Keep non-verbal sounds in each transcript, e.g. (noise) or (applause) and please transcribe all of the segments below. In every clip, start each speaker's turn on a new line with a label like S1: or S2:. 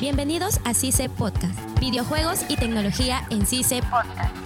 S1: Bienvenidos a CICE Podcast, videojuegos y tecnología en CICE Podcast.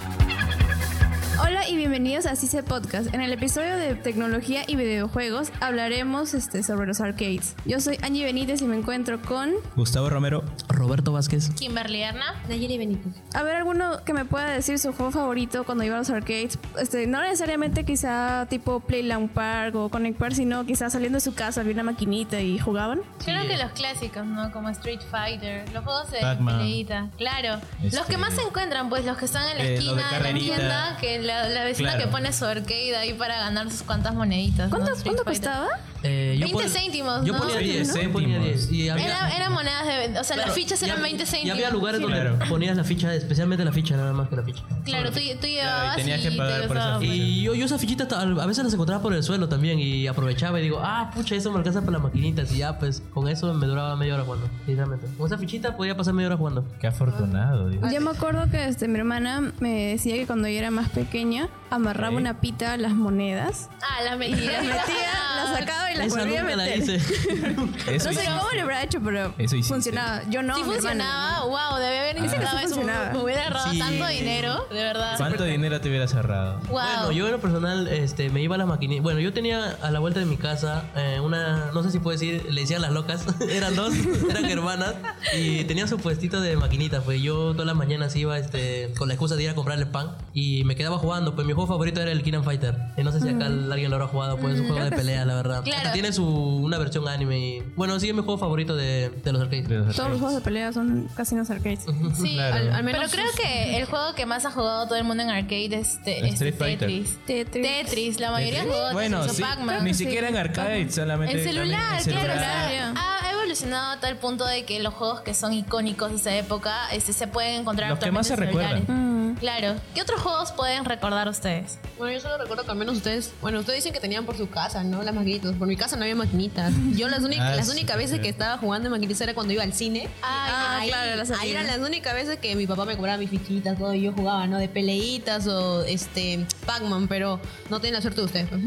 S2: Hola y bienvenidos a CICE Podcast. En el episodio de tecnología y videojuegos hablaremos este, sobre los arcades. Yo soy Angie Benítez y me encuentro con...
S3: Gustavo Romero.
S4: Roberto Vázquez.
S5: Kimberly Erna.
S1: Nayeli Benítez.
S2: A ver, alguno que me pueda decir su juego favorito cuando iba a los arcades. Este, no necesariamente quizá tipo Playland Park o Connect Park, sino quizá saliendo de su casa había una maquinita y jugaban.
S5: Creo que los clásicos, ¿no? Como Street Fighter, los juegos de
S3: Pac-Man.
S5: peleita. Claro. Los
S3: Este-
S5: que más se encuentran, pues los que están en la
S3: Eh, los de
S5: esquina de, la
S3: carrerita.
S5: tienda, que la, la vecina
S3: Claro.
S5: que pone su arcade ahí para ganar sus cuantas moneditas. ¿no?
S2: ¿Cuánto,
S5: Street
S2: cuánto
S5: Fighter.
S2: costaba?
S4: Eh,
S5: 20 céntimos,
S4: Yo
S5: ¿no?
S4: ponía
S3: Sí,
S4: 10,
S3: ¿no?
S4: yo ponía 10. Y había,
S5: Era, eran monedas de. O sea,
S4: claro,
S5: las fichas
S4: y
S5: eran
S4: hab-
S5: 20 céntimos.
S4: Y había lugares
S5: Sí.
S4: donde
S3: Claro.
S4: ponías la ficha, especialmente la ficha, nada más que la ficha.
S5: Claro, tú, tú llevabas
S3: tenías que
S5: y
S3: pagar
S5: te
S3: por esas
S5: usabas.
S3: fichas.
S4: Y yo, yo esas fichitas ta- a veces las encontraba por el suelo también y aprovechaba y digo, ah, pucha, eso me alcanza para las maquinitas y ya, pues con eso me duraba media hora jugando, literalmente. Con esa fichita podía pasar media hora jugando.
S3: Qué afortunado,
S5: Ah,
S3: Dios.
S2: Yo me acuerdo que este, mi hermana me decía que cuando yo era más pequeña amarraba
S3: Ok.
S2: una pita a las monedas
S5: Ah, las
S2: y (laughs) las
S5: metidas.
S2: metía, las sacaba y las
S4: esa
S2: volvía a
S4: nunca la
S2: meter.
S4: hice.
S5: (laughs)
S3: Eso
S2: No sé
S3: hice.
S2: cómo le habrá hecho, pero
S3: Eso hiciste.
S2: funcionaba. Yo no.
S5: Sí
S2: mi hermana,
S5: funcionaba, wow, debía haber intentado
S2: sí
S5: eso.
S2: funcionaba.
S5: Me hubiera ahorrado
S4: Sí.
S5: tanto dinero, de verdad.
S3: ¿Cuánto dinero te hubiera cerrado?
S5: Wow.
S4: Bueno, yo en lo personal este, me iba a las maquinitas. Bueno, yo tenía a la vuelta de mi casa eh, una, no sé si puedo decir, le decían las locas. (laughs)
S5: (laughs)
S4: eran dos, eran hermanas. Y tenía su puestito de maquinitas. Pues yo todas las mañanas iba este, con la excusa de ir a comprarle pan y me quedaba jugando. Pues mi juego favorito era el Kingdom Fighter. Y no sé si acá alguien lo habrá jugado, pues es un juego de pelea, la verdad.
S5: Mm. Claro.
S4: Hasta tiene su, una versión anime. Y, bueno, sí es mi juego favorito de, de los arcades.
S3: De los
S2: Todos los juegos de pelea son casinos arcades.
S5: Sí,
S3: Claro. al- al
S5: pero creo que el juego que más ha jugado todo el mundo en arcade es te-
S3: Street
S5: es
S3: Fighter.
S5: Tetris.
S2: Tetris.
S5: Tetris, la mayoría
S3: ¿Tetris?
S5: jugó
S3: Bueno, sí,
S5: Pac-Man.
S3: ni siquiera en arcade, solamente
S5: En celular,
S3: también en
S5: claro. o
S3: celular.
S5: sea, ha evolucionado a tal punto de que los juegos que son icónicos de esa época este, se pueden encontrar
S3: Los que más se
S5: actualmente en
S3: recuerdan.
S2: Mm.
S5: celulares. Claro. ¿Qué otros juegos pueden recordar ustedes?
S6: Bueno, yo solo recuerdo que al menos ustedes, bueno, ustedes dicen que tenían por su casa, ¿no? Las maquinitas. Por mi casa no había maquinitas. Yo las únicas,
S3: Ah,
S6: las
S3: sí,
S6: únicas veces
S3: claro.
S6: que estaba jugando en maquinitas era cuando iba al cine.
S5: Ah,
S6: ahí,
S2: claro, las
S6: ahí eran
S2: salidas.
S6: las únicas veces que mi papá me cobraba mis fichitas, todo, y yo jugaba, ¿no? De peleitas o este Pac-Man, pero no tienen la suerte de ustedes. pues.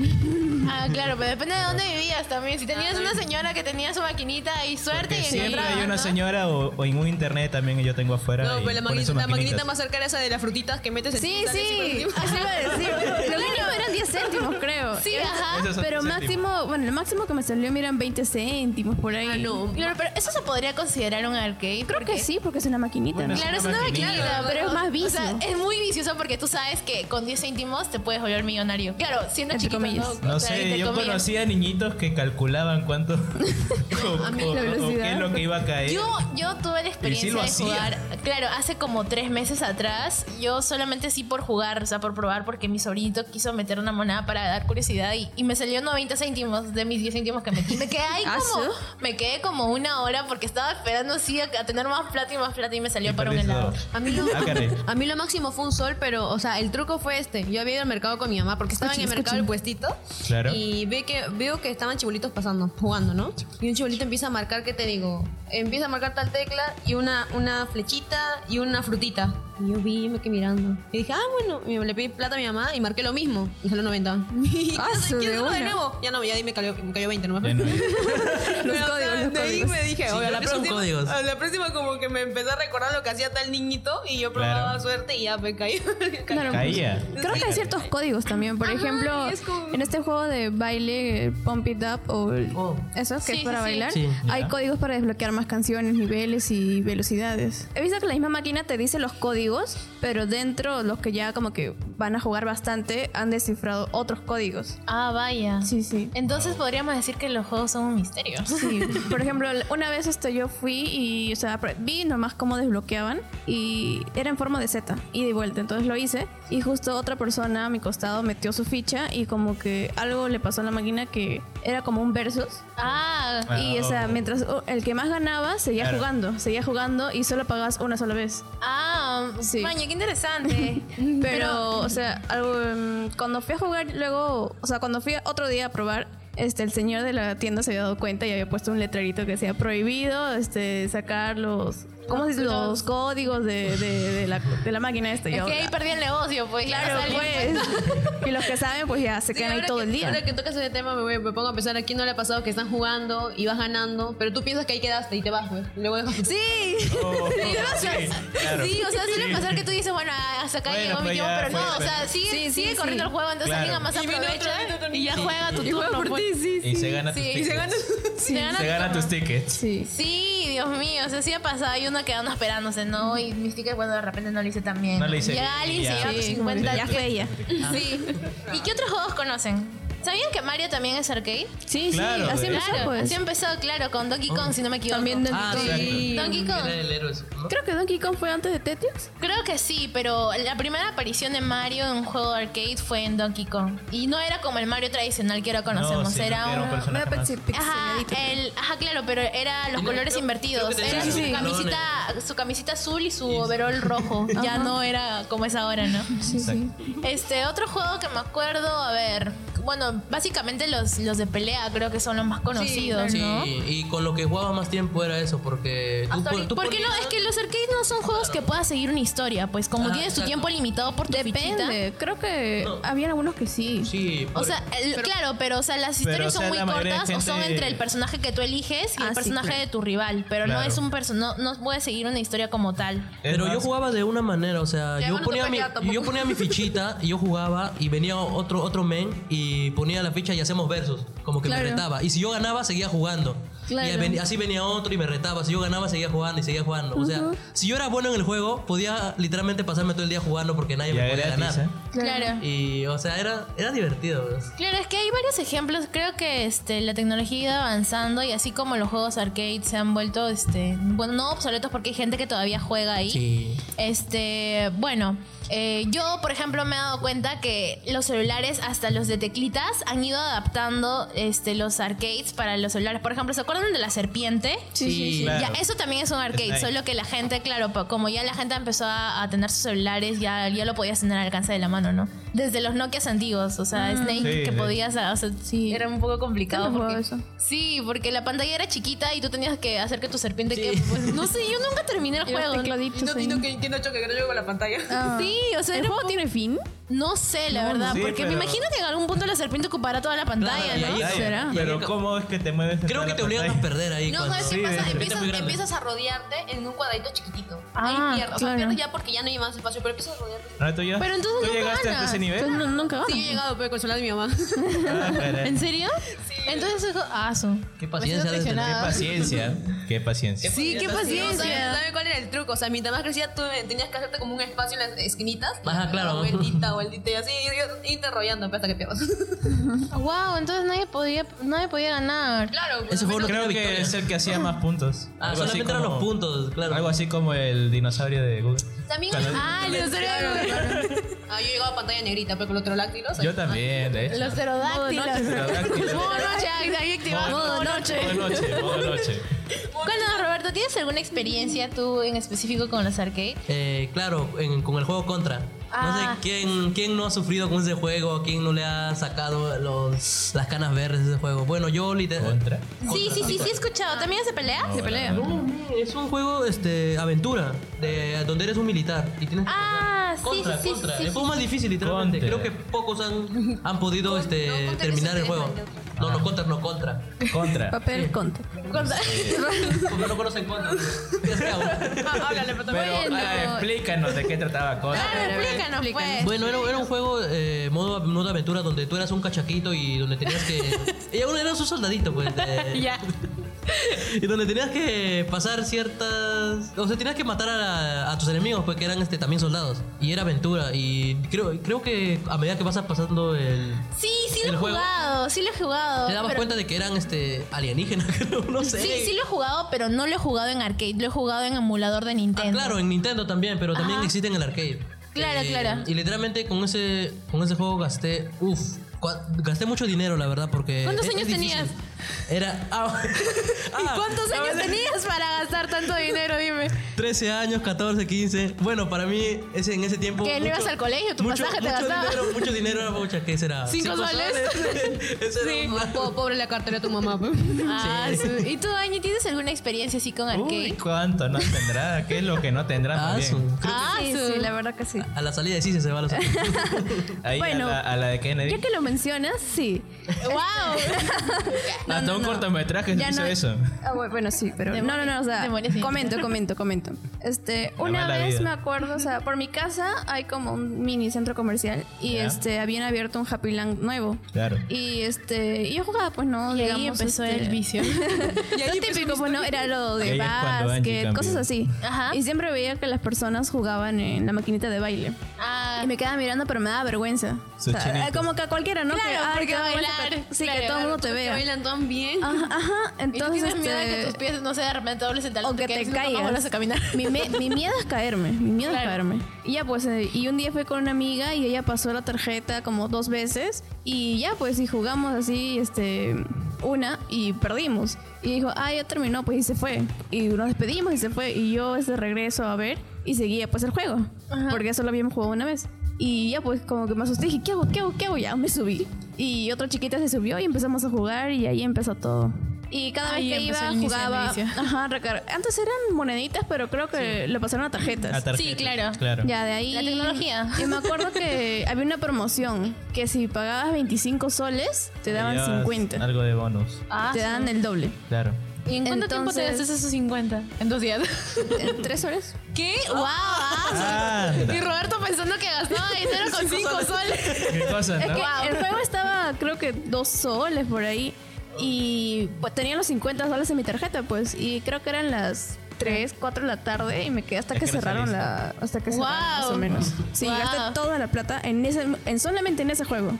S5: Ah, claro, pero depende de dónde vivías también. Si tenías una señora que tenía su maquinita y suerte
S3: Porque
S5: y
S3: siempre
S5: encontrabas,
S3: hay una
S5: ¿no?
S3: señora o, o en un internet también que yo tengo afuera.
S6: No,
S3: y
S6: pues la,
S3: ponen
S6: maquinita,
S3: sus
S6: la maquinita
S3: maquinitas.
S6: más cerca era esa de las frutitas que metes en
S2: Sí,
S6: sales y por
S2: sí.
S6: último-
S2: Así iba a
S5: (laughs)
S2: decir. Lo mínimo eran 10 céntimos, creo.
S5: Sí, ajá.
S3: Esos son
S2: Pero
S3: céntimos.
S2: máximo, bueno, el máximo que me salió me eran 20 céntimos por
S5: Ah,
S2: ahí.
S6: no.
S5: Claro, pero eso se podría considerar un arcade.
S2: Creo que sí, porque es una maquinita.
S3: Bueno,
S2: ¿no?
S3: sí.
S5: Claro, es una maquinita,
S2: Claro, pero es más
S5: O sea,
S2: vicio.
S5: es muy vicioso porque tú sabes que con 10 céntimos te puedes volver millonario. Claro, siendo
S2: Entre
S5: chiquito,
S2: comillas.
S5: ¿no?
S3: No
S5: O sea,
S3: sé,
S5: entre
S3: yo
S5: comillas.
S3: conocía niñitos que calculaban cuánto. o-
S2: a mí
S3: (laughs) o-
S2: la
S3: o
S2: velocidad.
S3: qué es lo que iba a caer.
S5: Yo,
S2: Eh,
S5: yo tuve la experiencia
S3: lo
S5: de
S3: hacía.
S5: jugar, claro, hace como tres meses atrás, yo solamente sí por jugar, o sea, por probar, porque mi sobrinito quiso meter una moneda para dar curiosidad y, y me salió 90 céntimos de mis 10 céntimos que metí. Me quedé ahí
S2: (laughs) ¿Ah,
S5: como, me quedé como una hora porque estaba esperando así a, a tener más plata y más plata y me salió
S3: Y
S5: para un
S3: perdiste
S5: helado.
S3: todo.
S6: A mí, lo,
S3: Ah, caray.
S6: (laughs) a mí lo máximo fue un sol, pero, o sea, el truco fue este. Yo había ido al mercado con mi mamá porque estaba en el
S2: Escuchen,
S6: mercado el puestito.
S3: Claro.
S6: Y vi que, veo que estaban chibolitos pasando, jugando, ¿no? Y un chibolito empieza a marcar, ¿qué te digo? Empieza a marcar tal tecla y una, una flechita y una frutita. Y yo vi, me quedé mirando. Y dije, ah, bueno, Y le pedí plata a mi mamá y marqué lo mismo. Y salió 90. (laughs) Y,
S2: Ah, su
S6: ¿Quieres
S2: de
S6: uno de
S2: una.
S6: nuevo? Ya no, ya ahí me cayó, me cayó 20 nomás.
S3: Ya no hay-
S5: (laughs)
S2: Los
S6: Pero, o sea,
S2: códigos, los
S6: de ahí
S2: códigos.
S6: me dije,
S4: Sí,
S6: oye, a la,
S4: siempre son
S6: próxima,
S4: códigos.
S6: a la próxima como que me empecé a recordar lo que hacía tal niñito y yo
S3: Claro.
S6: probaba suerte y ya me caí. (laughs)
S2: Claro.
S3: Caía.
S2: Creo que hay ciertos códigos también. Por
S6: Ajá,
S2: ejemplo,
S6: y es como-
S2: en este juego de baile, eh, Pump It Up o el-
S4: Oh.
S2: eso, que
S5: Sí,
S2: es para
S5: sí, sí.
S2: bailar,
S4: Sí.
S2: hay
S3: Ya.
S2: códigos para desbloquear más canciones, niveles y velocidades. He visto que la misma máquina te dice los códigos, pero dentro los que ya como que van a jugar bastante han descifrado otros códigos.
S5: Ah, vaya.
S2: Sí, sí.
S5: Entonces podríamos decir que los juegos son un misterio.
S2: Sí, por ejemplo, una vez esto yo fui y, o sea, vi nomás cómo desbloqueaban y era en forma de Z, ida y vuelta, entonces lo hice y justo otra persona a mi costado metió su ficha y como que algo le pasó a la máquina que era como un versus
S5: Ah,
S2: y, o sea,
S3: Ah.
S2: mientras oh, el que más ganaba seguía
S3: Claro.
S2: jugando, seguía jugando y solo pagabas una sola vez.
S5: ah,
S2: Sí.
S5: maña, qué interesante.
S2: (laughs) Pero, o sea, algo, mm, cuando fui a jugar luego, o sea, cuando fui otro día a probar, este, el señor de la tienda se había dado cuenta y había puesto un letrerito que decía prohibido este, sacar los, ¿Cómo se dice? Los códigos de, de- de la, de la máquina esta.
S5: Es
S2: yo,
S5: que ahí perdí el negocio, pues. ya
S2: claro,
S5: salí.
S2: pues. y los que saben, pues ya se
S6: Sí,
S2: quedan ahí
S6: ahora
S2: todo
S6: que-
S2: el día.
S6: Ahora que tocas ese tema, me, voy- me pongo a pensar a quién no le ha pasado que están jugando y vas ganando, pero tú piensas que ahí quedaste y te vas, güey. Y luego dejas tu- (laughs)
S2: Sí.
S3: Oh, sí, claro.
S5: Sí, o sea, suele
S3: Sí.
S5: pasar que tú dices, bueno, hasta acá
S3: Bueno,
S5: llegó mi
S3: pues
S5: tiempo,
S3: ya
S5: pero
S3: fue,
S5: no, o
S3: pues.
S5: sea, sigue,
S2: Sí, sí,
S5: sigue corriendo
S2: sí.
S5: el juego, entonces
S3: Claro.
S5: alguien más
S6: Y viene otro,
S5: aprovecha
S6: viene otro
S5: y ya juega tu turno. pues.
S2: sí,
S3: Y se gana
S5: Sí,
S3: tus
S5: y
S3: tickets.
S5: se gana- Se gana
S3: Se
S5: tu
S3: gana
S5: turno.
S3: tus tickets.
S2: Sí.
S5: Sí, Dios mío, o sea, sí ha pasado. Hay uno quedando esperándose, ¿no? Y mis tickets, bueno, de repente no lo hice tan bien.
S3: No lo hice
S5: Llega
S3: bien,
S5: alguien y se
S3: ya.
S5: lleva tus
S2: Sí,
S5: 50
S2: ya fue ella. Ah.
S5: Sí. ¿Y qué otros juegos conocen? ¿Sabían que Mario también es arcade?
S2: Sí,
S3: Claro, eh.
S2: sí, así
S3: de-
S2: empezó,
S5: Claro,
S2: pues.
S5: así empezó, claro, con Donkey
S3: Oh.
S5: Kong, si no me equivoco.
S2: También Donkey
S4: Ah,
S2: Kong.
S3: exacto.
S5: Donkey
S4: Era
S5: Kong.
S4: el héroe, ¿no?
S2: Creo que Donkey Kong fue antes de Tetris.
S5: Creo que sí, pero la primera aparición de Mario en un juego de arcade fue en Donkey Kong. Y no era como el Mario tradicional que ahora conocemos,
S3: No, sí,
S5: era
S3: porque
S5: un...
S2: Ah,
S3: personaje
S2: Era
S3: más.
S2: pixel-
S5: Ajá,
S2: pixeladito.
S5: el- ajá, claro, pero era los
S4: Creo-
S5: colores
S4: creo-
S5: invertidos.
S4: creo que
S5: era
S4: tenía
S5: su
S4: sus
S5: camisita, su camisita azul y su overol
S4: (laughs)
S5: rojo. ya no era como es ahora, ¿no?
S2: Sí, sí.
S5: Este, otro juego que me acuerdo, a ver, bueno, básicamente los, los de pelea creo que son los más conocidos,
S4: Sí,
S5: ¿no?
S4: y con lo que jugaba más tiempo era eso, porque tú,
S5: Hasta
S4: po-
S5: ahorita-
S4: tú
S5: porque no,
S4: ponías-
S5: es que los arcades no son juegos que puedas seguir una historia, pues como
S4: Ajá,
S5: tienes tu
S4: Ah, exacto.
S5: tiempo limitado por tu fichita.
S2: Depende. Creo que
S4: No.
S2: habían algunos que sí.
S4: Sí,
S5: O
S4: por-
S5: sea, el- claro, pero o sea, las
S3: Pero,
S5: historias
S3: o sea,
S5: son muy
S3: la mayoría de
S5: cortas o son
S3: gente-
S5: entre el personaje que tú eliges y
S2: Ah,
S5: el
S2: sí,
S5: personaje
S2: claro.
S5: de tu rival, pero no
S3: Claro.
S5: es un personaje, no, no puedes seguir una historia como tal.
S4: Pero yo jugaba de una manera, o sea,
S6: Ya,
S4: yo
S6: bueno, no
S4: ponía, mi,
S6: peleaba tampoco.
S4: yo ponía mi
S6: (laughs)
S4: fichita y yo jugaba y venía otro, otro men y ponía la ficha y hacíamos versos, como que
S2: Claro.
S4: me retaba. Y si yo ganaba, seguía jugando.
S2: Claro.
S4: Y ven- así venía otro y me retaba. Si yo ganaba, seguía jugando y seguía jugando. O sea,
S2: Ujú.
S4: si yo era bueno en el juego, podía literalmente pasarme todo el día jugando porque nadie
S3: Ya
S4: me podía
S3: gratis,
S4: ganar.
S3: ¿eh?
S5: Claro. claro.
S4: Y, o sea, era, era divertido. pues.
S5: es que hay varios ejemplos. Creo que este, la tecnología ha ido avanzando y así como los juegos arcade se han vuelto, este, bueno, no obsoletos porque hay gente que todavía juega ahí.
S4: Sí.
S5: Este, bueno, eh, yo por ejemplo me he dado cuenta que los celulares, hasta los de teclitas, han ido adaptando este, los arcades para los celulares. Por ejemplo, ¿se acuerdan de la serpiente?
S2: Sí, sí, sí.
S3: Claro.
S5: Ya, eso también es un arcade,
S3: Snake.
S5: solo que la gente, claro, po- como ya la gente empezó a, a tener sus celulares, ya, ya lo podías tener al alcance de la mano, ¿no? Desde los Nokias antiguos, o sea, Snake
S3: Sí,
S5: que
S3: sí.
S5: podías, o sea,
S2: Sí.
S5: Mm. era un poco complicado.
S2: Yo no
S5: porque-
S2: jugaba eso.
S5: Sí, porque la pantalla era chiquita y tú tenías que hacer que tu serpiente
S4: Sí.
S5: que, pues, no sé, (laughs) yo nunca terminé el
S2: Y los
S5: juego. ¿no?
S2: tecladitos
S6: Y no, y
S2: ahí.
S6: no, que, que no choque, que no llego con la
S2: (laughs)
S6: pantalla.
S2: Ah.
S5: Sí, o sea,
S2: ¿El
S5: era
S2: juego tiene fin?
S5: No sé, la verdad,
S3: Sí,
S5: porque me
S3: pero-
S5: imagino que en algún punto la serpiente ocupará toda la pantalla,
S4: Claro, y
S5: ¿no?
S4: ahí-
S3: Ya,
S2: ¿Será?
S3: Pero ¿cómo es que te mueves?
S4: Creo que te obligan a perder ahí.
S6: No,
S4: cuando-
S6: ¿sabes qué
S3: Sí,
S6: pasa?
S3: de repente
S6: Empiezas,
S4: muy grande.
S6: empiezas a rodearte en un cuadradito chiquitito.
S5: Ah,
S6: Ahí pierdes. O sea,
S2: claro.
S6: pierdes ya porque ya no hay más espacio, pero empiezas a rodearte.
S3: No, tú ya.
S5: Pero entonces
S3: ¿Tú
S5: no
S3: llegaste
S5: ganas.
S3: a ese
S2: Entonces
S3: nivel?
S2: no- nunca van.
S6: Sí, he llegado, pero consolar a mi mamá.
S3: Ah, caray.
S5: ¿En serio? Entonces, eso- ah, su.
S4: Qué paciencia.
S5: Me
S4: debes tener.
S3: Qué paciencia. Qué paciencia.
S2: Sí, qué
S6: ¿Sabes
S2: paciencia.
S6: ¿sabe cuál era el truco? O sea, mientras más crecía, tú eh, tenías que hacerte como un espacio en las esquinitas.
S4: Ajá, claro.
S6: Vueltita, vueltita y así, y- y- irte rodeando hasta que pierdas.
S5: Wow, entonces nadie podía, nadie podía ganar.
S6: Claro, pues,
S4: Eso fue una
S3: Creo que
S4: victoria.
S3: es el que hacía más puntos.
S4: Ah,
S3: Algo así
S4: solamente eran los
S3: como-
S4: puntos, claro.
S3: Algo así como el dinosaurio de Google.
S5: También,
S3: Cuando-
S5: ah, los
S6: Claro,
S5: pterodáctilos.
S6: claro. Ah, yo llegaba a pantalla negrita, pero con los pterodáctilos. (laughs)
S3: Yo también, de hecho.
S5: Los pterodáctilos.
S3: Pterodáctilos.
S5: Modo noche, ahí activamos modo
S3: Modo
S5: noche.
S3: Modo noche, modo
S4: (laughs)
S3: noche.
S5: Cuéntanos, Roberto, ¿tienes alguna experiencia tú en específico con los arcades?
S4: Eh, claro, en- con el juego Contra.
S5: Ah.
S4: No sé quién, quién no ha sufrido con ese juego, quién no le ha sacado los, las canas verdes de ese juego. Bueno, yo literal.
S3: Contra.
S5: Sí, sí, sí, sí, he escuchado. ¿También Ah, se pelea?
S3: Se pelea.
S4: Es un juego este, aventura, de, donde eres un militar y tienes que
S5: Ah, sí,
S4: contra,
S5: sí, sí,
S4: contra.
S5: sí,
S4: el
S5: sí,
S4: juego más difícil, literalmente.
S3: Contra.
S4: Creo que pocos han, han podido este,
S6: no, Contra que
S4: terminar
S6: se
S4: el juego.
S6: dejan
S4: No,
S3: Ah.
S4: no, contra, no, contra. (laughs)
S3: Contra.
S2: Papel contra.
S4: Porque no conocen contra.
S5: (laughs)
S4: Ya se acabó.
S6: pues,
S3: Pero ah, explícanos de qué trataba Contra.
S5: Claro, explícanos, pues.
S4: Bueno, era, era un juego eh, modo, modo aventura donde tú eras un cachaquito y donde tenías
S5: (laughs)
S4: que. Era un- eras un soldadito, pues. de- Y donde tenías que pasar ciertas. O sea, tenías que matar a, a tus enemigos, pues que eran este, también soldados. Y era aventura. Y creo, creo que a medida que vas pasando el.
S5: Sí, sí
S4: ¿El
S5: lo he
S4: juego?
S5: jugado, sí lo he jugado.
S4: Te dabas
S5: Oh, pero-
S4: cuenta de que eran este alienígenas, (laughs) creo, no sé.
S5: Sí, sí lo he jugado, pero no lo he jugado en arcade, lo he jugado en emulador de
S4: Ah,
S5: Nintendo.
S4: claro, en Nintendo también, pero también
S5: Ajá.
S4: existe en el arcade. Eh,
S5: Claro, claro.
S4: Y literalmente con ese, con ese juego gasté, uff, gasté mucho dinero, la verdad, porque. e,
S5: ¿Cuántos
S4: es- es
S5: años
S4: difícil.
S5: tenías?
S4: Era. ah, (laughs) ah,
S5: ¿Cuántos años tenías para gastar tanto dinero? Dime.
S4: 13 años, 14, 15. Bueno, para mí ese, en ese tiempo.
S5: Que no ibas al colegio, tu
S4: mucho,
S5: pasaje te
S4: mucho
S5: gastaba.
S4: dinero, mucho dinero era pucha, ¿qué será?
S5: Cinco
S4: ¿Cinco
S5: soles?
S4: (laughs) Ese era un plan.
S6: Po- Pobre la cartera de tu mamá. pues.
S5: Ah,
S4: Sí.
S5: su- ¿Y tú, Añi, tienes alguna experiencia así con
S3: Uy,
S5: arcade?
S3: ¿cuánto no tendrá? ¿Qué es lo que no tendrá
S4: Ah,
S3: también?
S4: su- creo-
S5: Ah,
S2: Sí,
S5: su-
S2: sí, la verdad que sí.
S4: A la salida de sí se va
S5: (laughs)
S4: a los.
S3: Ahí
S2: Bueno.
S3: a, la, a la de Kennedy.
S2: Ya que lo mencionas, sí.
S5: (laughs) ¡Wow!
S3: Hasta un cortometraje se
S2: Ya
S3: hizo
S2: no-
S3: eso.
S2: Ah, bu- bueno, sí, pero. No, no, no, o sea.
S5: Demonios sin-
S2: Comento, comento, comento. Este,
S3: La
S2: una
S3: mala
S2: vez
S3: vida.
S2: me acuerdo, o sea, por mi casa hay como un mini centro comercial y
S3: Ya.
S2: este, habían abierto un Happy Land nuevo.
S3: Claro.
S2: Y este, y yo jugaba, pues no,
S5: Y
S2: digamos.
S5: ahí empezó
S2: este,
S5: el (laughs) vicio.
S2: Lo típico, pues no, era lo de
S3: Ahí es cuando Angie
S2: básquet,
S3: cambió.
S2: cosas así.
S5: Ajá.
S2: Y siempre veía que las personas jugaban en la maquinita de baile.
S5: Ah,
S2: Y me quedaba mirando, pero me daba vergüenza. eh,
S3: Sus chinitos.
S2: como que a cualquiera, ¿no?
S5: Claro,
S2: que, ah,
S5: porque
S2: que da vergüenza,
S5: bailar,
S2: pero- Sí, que
S5: claro,
S2: todo el mundo te
S6: Que
S2: vea.
S6: bailan tan bien.
S2: Ajá, ajá.
S5: Entonces,
S2: Entonces,
S5: ¿Y tú tienes miedo de que
S2: este,
S5: tus pies, no sé, de repente dobles en tal
S2: o que te
S5: nunca más vuelvas
S2: caigas.
S5: a caminar. (laughs)
S2: Mi, me- mi miedo es caerme, mi miedo
S5: Claro.
S2: es caerme. Y ya pues, eh, y un día fui con una amiga y ella pasó la tarjeta como dos veces y ya pues, y jugamos así, este, una y perdimos. Y dijo, ah, ya terminó, pues, y se fue. Y nos despedimos y se fue. Y yo, este, regreso a ver y seguía pues el juego,
S5: Ajá.
S2: porque solo habíamos jugado una vez. Y ya pues como que me asusté, dije, ¿qué hago? ¿Qué hago? ¿Qué hago? Ya me subí. Y otra chiquita se subió y empezamos a jugar y ahí empezó todo. Y cada
S5: Ahí
S2: vez que
S5: empezó
S2: iba,
S5: el inicio del
S2: jugaba.
S5: vicio.
S2: Ajá, recar- Antes eran moneditas, pero creo que lo pasaron a tarjetas.
S3: A tarjeta,
S5: Sí, Ah, claro.
S3: claro.
S2: Ya, de ahí.
S5: La tecnología.
S2: Yo me acuerdo
S5: (laughs)
S2: que había una promoción que si pagabas 25 soles, te daban
S3: Llevas
S2: 50.
S3: Algo de bonus.
S5: Ah,
S2: Te dan el doble.
S3: Claro.
S5: ¿Y en cuánto tiempo te
S2: Entonces-
S5: gastas esos 50? En dos
S2: (laughs)
S5: días.
S2: ¿En Eh, ¿Tres horas?
S5: ¿Qué? (laughs) ¡Wow!
S3: Ah,
S2: (laughs)
S5: Y Roberto pensando que gastaba dinero con 5 soles.
S3: qué cosa,
S2: Es
S3: ¿no?
S2: que el juego estaba, creo que dos soles por ahí. Y pues, tenía los 50 soles en mi tarjeta, pues. Y creo que eran las 3, 4 de la tarde. Y me quedé hasta
S3: Es
S2: que,
S3: que no
S2: cerraron
S3: saliste.
S2: la. Hasta que cerraron,
S5: Wow.
S2: más o menos. Sí,
S5: Wow.
S2: gasté toda la plata en ese, en solamente en ese juego.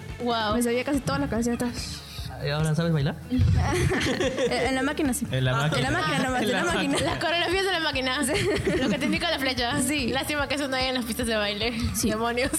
S2: (laughs)
S5: ¡Wow!
S2: Me sabía casi todas las canciones. todas.
S4: ¿Y ahora sabes bailar?
S2: Eh, (laughs) En la máquina, sí.
S3: En la máquina.
S2: En la máquina, nomás, en la máquina.
S5: Las coreografías de la máquina. (laughs) Lo que te indica la flecha.
S2: Sí.
S5: Lástima que eso no hay en las pistas de baile. Demonios.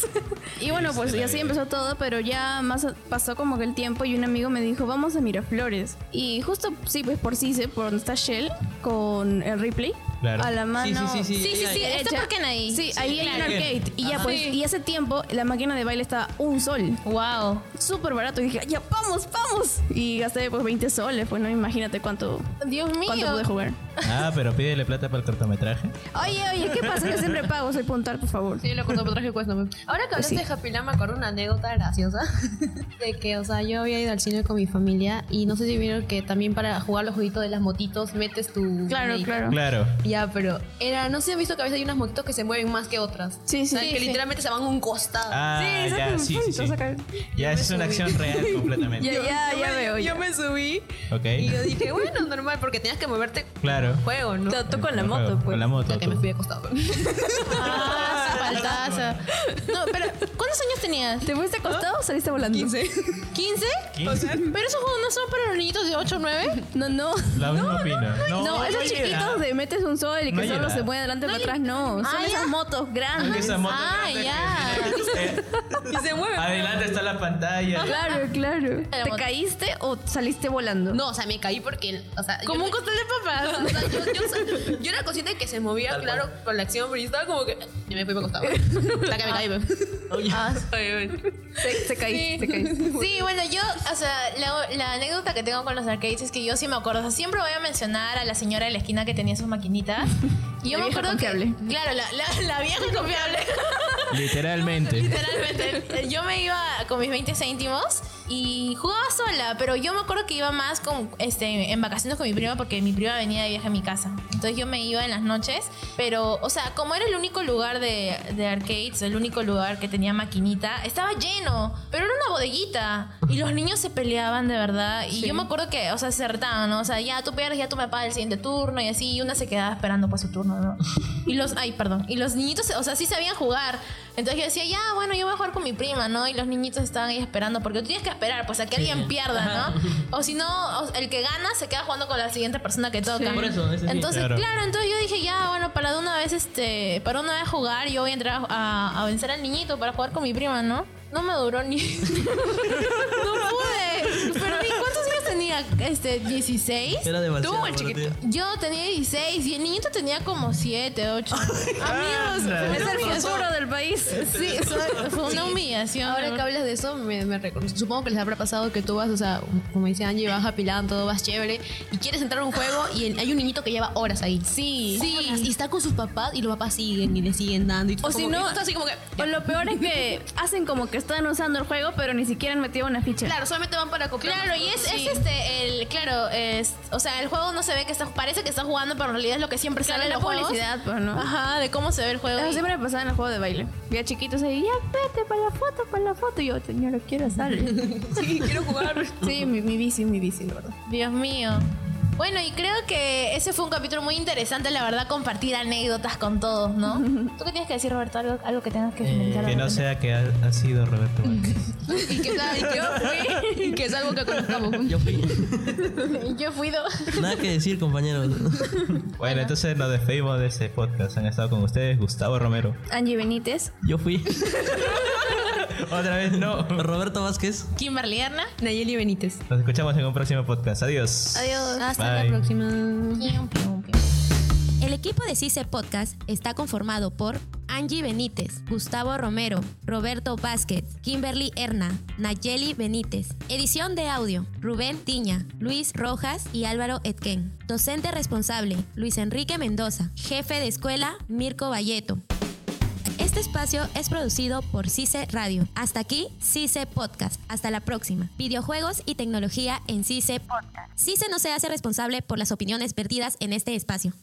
S2: Y bueno, pues
S3: la
S2: y así
S3: vida.
S2: empezó todo, pero ya más a- pasó como que el tiempo y un amigo me dijo, vamos a Miraflores. Y justo, sí, pues por Cise, por donde está Shell, con el replay,
S3: Claro.
S2: a la mano.
S4: Sí, sí, sí.
S5: Sí, sí,
S4: ahí,
S5: sí.
S4: ahí.
S5: Está
S2: Ya-
S5: por Kenai.
S2: Sí, ahí hay
S5: claro.
S2: un arcade. Y ya
S5: Ajá.
S2: pues,
S5: Sí.
S2: y hace tiempo la máquina de baile estaba un sol.
S5: ¡Wow!
S2: Súper barato. Y dije, ya, vamos, vamos. Y gasté pues 20 soles, pues no imagínate cuánto,
S5: Dios mío.
S2: cuánto pude jugar.
S3: Ah, pero pídele plata para el cortometraje.
S2: Oye, oye, ¿qué pasa? Yo (laughs) siempre pago, soy puntal, por favor.
S6: Sí, lo cortó por traje cuesta. pues. Ahora que hablaste
S2: sí.
S6: de Happy Land, me acuerdo una anécdota graciosa. (laughs) De que, o sea, yo había ido al cine con mi familia y no sé si vieron que también para jugar los jueguitos de las motitos metes tu.
S2: Claro,
S6: monedita.
S2: claro.
S3: Claro.
S6: Ya, pero era, no sé si han visto que a veces hay unas motitos que se mueven más que otras.
S2: Sí, sí,
S6: O sea,
S2: sí,
S6: que
S2: sí.
S6: literalmente se van a un costado.
S3: Ah,
S2: saca
S3: ya,
S2: un
S3: sí, sí,
S2: punto,
S3: sí.
S2: saca-
S3: Ya, esa es una acción real
S2: (laughs)
S3: completamente.
S2: Ya, ya, ya veo. ya.
S6: Yo me subí y yo
S3: Ok.
S6: dije, bueno, normal, porque tenías que moverte
S3: Claro.
S6: juego, ¿no?
S2: Tú- Tú con la
S3: Con
S2: moto,
S3: juego,
S2: pues.
S3: Con la moto.
S6: Ya que me
S3: tú.
S6: fui acostado.
S5: Ah,
S2: (laughs)
S5: faltaza. No, pero ¿cuántos años tenías?
S2: ¿Te fuiste acostado o saliste volando? 15.
S5: ¿15? Pero esos juegos no son para los niñitos de 8 o 9.
S2: No, no.
S3: La misma opina.
S2: No, esos
S3: hay
S2: chiquitos
S3: edad.
S2: de metes un sol y
S3: No
S2: que
S3: hay
S2: solo
S3: edad.
S2: se mueve adelante para atrás, no. Son
S5: Ah,
S2: esas
S5: ya.
S2: motos
S3: Que
S2: grandes.
S3: esa moto
S5: Ah,
S3: grande
S5: ya.
S2: (laughs)
S3: que- Eh,
S6: y se mueve.
S3: Adelante está la pantalla.
S2: Claro, claro.
S5: La
S2: ¿Te
S5: moto.
S2: caíste o saliste volando?
S6: No, o sea, me caí porque, o sea, yo
S5: Como un costal de
S6: O
S5: papas.
S6: sea, yo, yo- yo era consciente de que se movía,
S4: Tal
S6: claro, con la acción, pero yo estaba como que. Yo me fui
S5: (laughs)
S6: para acostado. La que me caí, pues.
S4: Oye,
S5: Ah.
S6: (laughs)
S2: Se, se caíste, se caíste.
S5: (laughs) Sí, bueno, yo, o sea, la, la anécdota que tengo con los arcades es que yo sí me acuerdo. O sea, siempre voy a mencionar a la señora de la esquina que tenía sus (laughs) maquinitas. Y yo
S2: La
S5: me
S2: vieja
S5: acuerdo
S2: confiable.
S5: que. Claro, la, la, la vieja confiable. (laughs)
S3: Literalmente.
S5: Literalmente. Yo me iba con mis 20 céntimos y jugaba sola, pero yo me acuerdo que iba más con, este, en vacaciones con mi prima porque mi prima venía de viaje a mi casa. Entonces yo me iba en las noches, pero, o sea, como era el único lugar de, de arcades, el único lugar que tenía maquinita, estaba lleno, pero era una bodeguita y los niños se peleaban de verdad. Y yo me acuerdo que, o sea, se retaban, ¿no? O sea, ya tú pierdes, ya tú me pagas el siguiente turno y así, y una se quedaba esperando para su turno, ¿no? Y los, ay, perdón, y los niñitos, o sea, sí sabían jugar. Entonces yo decía, ya, bueno, yo voy a jugar con mi prima, ¿no? Y los niñitos estaban ahí esperando, porque tú tienes que esperar, pues a que alguien pierda, ¿no? O si no, o- el que gana se queda jugando con la siguiente persona que toca.
S4: Por eso, ese sí.
S5: Entonces,
S3: Claro.
S5: claro. entonces yo dije, ya, bueno, para de una vez, este, para una vez jugar, yo voy a entrar a, a vencer al niñito para jugar con mi (laughs) prima, ¿no? No me duró ni. no pude. Perdí, ¿cuántos años tenía? este, 16.
S4: Era demasiado.
S2: Tú, el
S4: para
S2: chiquito.
S4: ti.
S5: Yo tenía 16 y el niñito tenía como 7,
S4: (laughs)
S5: 8. Amigos,
S3: Anda.
S5: fue
S2: Es el
S5: una-
S2: futuro del país.
S5: Sí,
S6: (laughs)
S5: fue- fue una humillación.
S6: Ahora que hablas de eso, me, me recuerdo. Supongo que les habrá pasado que tú vas, o sea, como dice Angie, vas apilando, todo vas chévere, y quieres entrar a un juego y el- hay un niñito que lleva horas ahí. Sí.
S5: Sí.
S6: Y está con sus papás y los papás siguen y le siguen dando. Y tú
S2: O si
S6: como
S2: no-
S6: que- tú así como que.
S2: O lo peor es que hacen como que están usando el juego, pero ni siquiera han metido una ficha.
S6: Claro, solamente van para comprar.
S5: Claro, y es, es este, el, claro, es, o sea, el juego no se ve que está, parece que está jugando, pero en realidad es lo que siempre
S2: Claro,
S5: sale
S2: la
S5: en los juegos.
S2: publicidad, pues, ¿no?
S5: Ajá, de cómo se ve el juego.
S2: Eso
S5: y-
S2: siempre me pasaba en el juego de baile. Ya chiquitos ahí, ya vete para la foto, para la foto. Y yo, señora, quiero salir.
S6: (laughs) Sí, quiero jugar.
S2: sí, mi, mi bici, mi bici, la verdad.
S5: Dios mío. Bueno, y creo que ese fue un capítulo muy interesante, la verdad, compartir anécdotas con todos, ¿no? ¿Tú qué tienes que decir, Roberto? Algo, algo que tengas que comentar.
S3: Eh, Que no sea que ha, ha sido
S6: (laughs)
S3: Roberto Vázquez.
S6: y que, y que- y que es algo que conozcamos.
S4: Yo fui.
S5: (laughs) Yo fui do-
S4: Nada que decir, compañeros.
S3: Bueno, entonces nos despedimos de este podcast. Han estado con ustedes Gustavo Romero.
S2: Angie Benítez.
S4: Yo fui.
S3: Otra vez no.
S4: Roberto Vázquez.
S5: Kimberly Erna.
S6: Nayeli Benítez.
S3: Nos escuchamos en un próximo podcast. Adiós.
S6: Adiós. Hasta
S3: Bye.
S6: la próxima.
S1: El equipo de CICE Podcast está conformado por Angie Benítez, Gustavo Romero, Roberto Vázquez, Kimberly Erna, Nayeli Benítez. Edición de audio, Rubén Tiña, Luis Rojas y Álvaro Etquén. Docente responsable, Luis Enrique Mendoza. Jefe de escuela, Mirko Valleto. Este espacio es producido por CICE Radio. Hasta aquí, CICE Podcast. Hasta la próxima. Videojuegos y tecnología en CICE Podcast. CICE no se hace responsable por las opiniones perdidas en este espacio.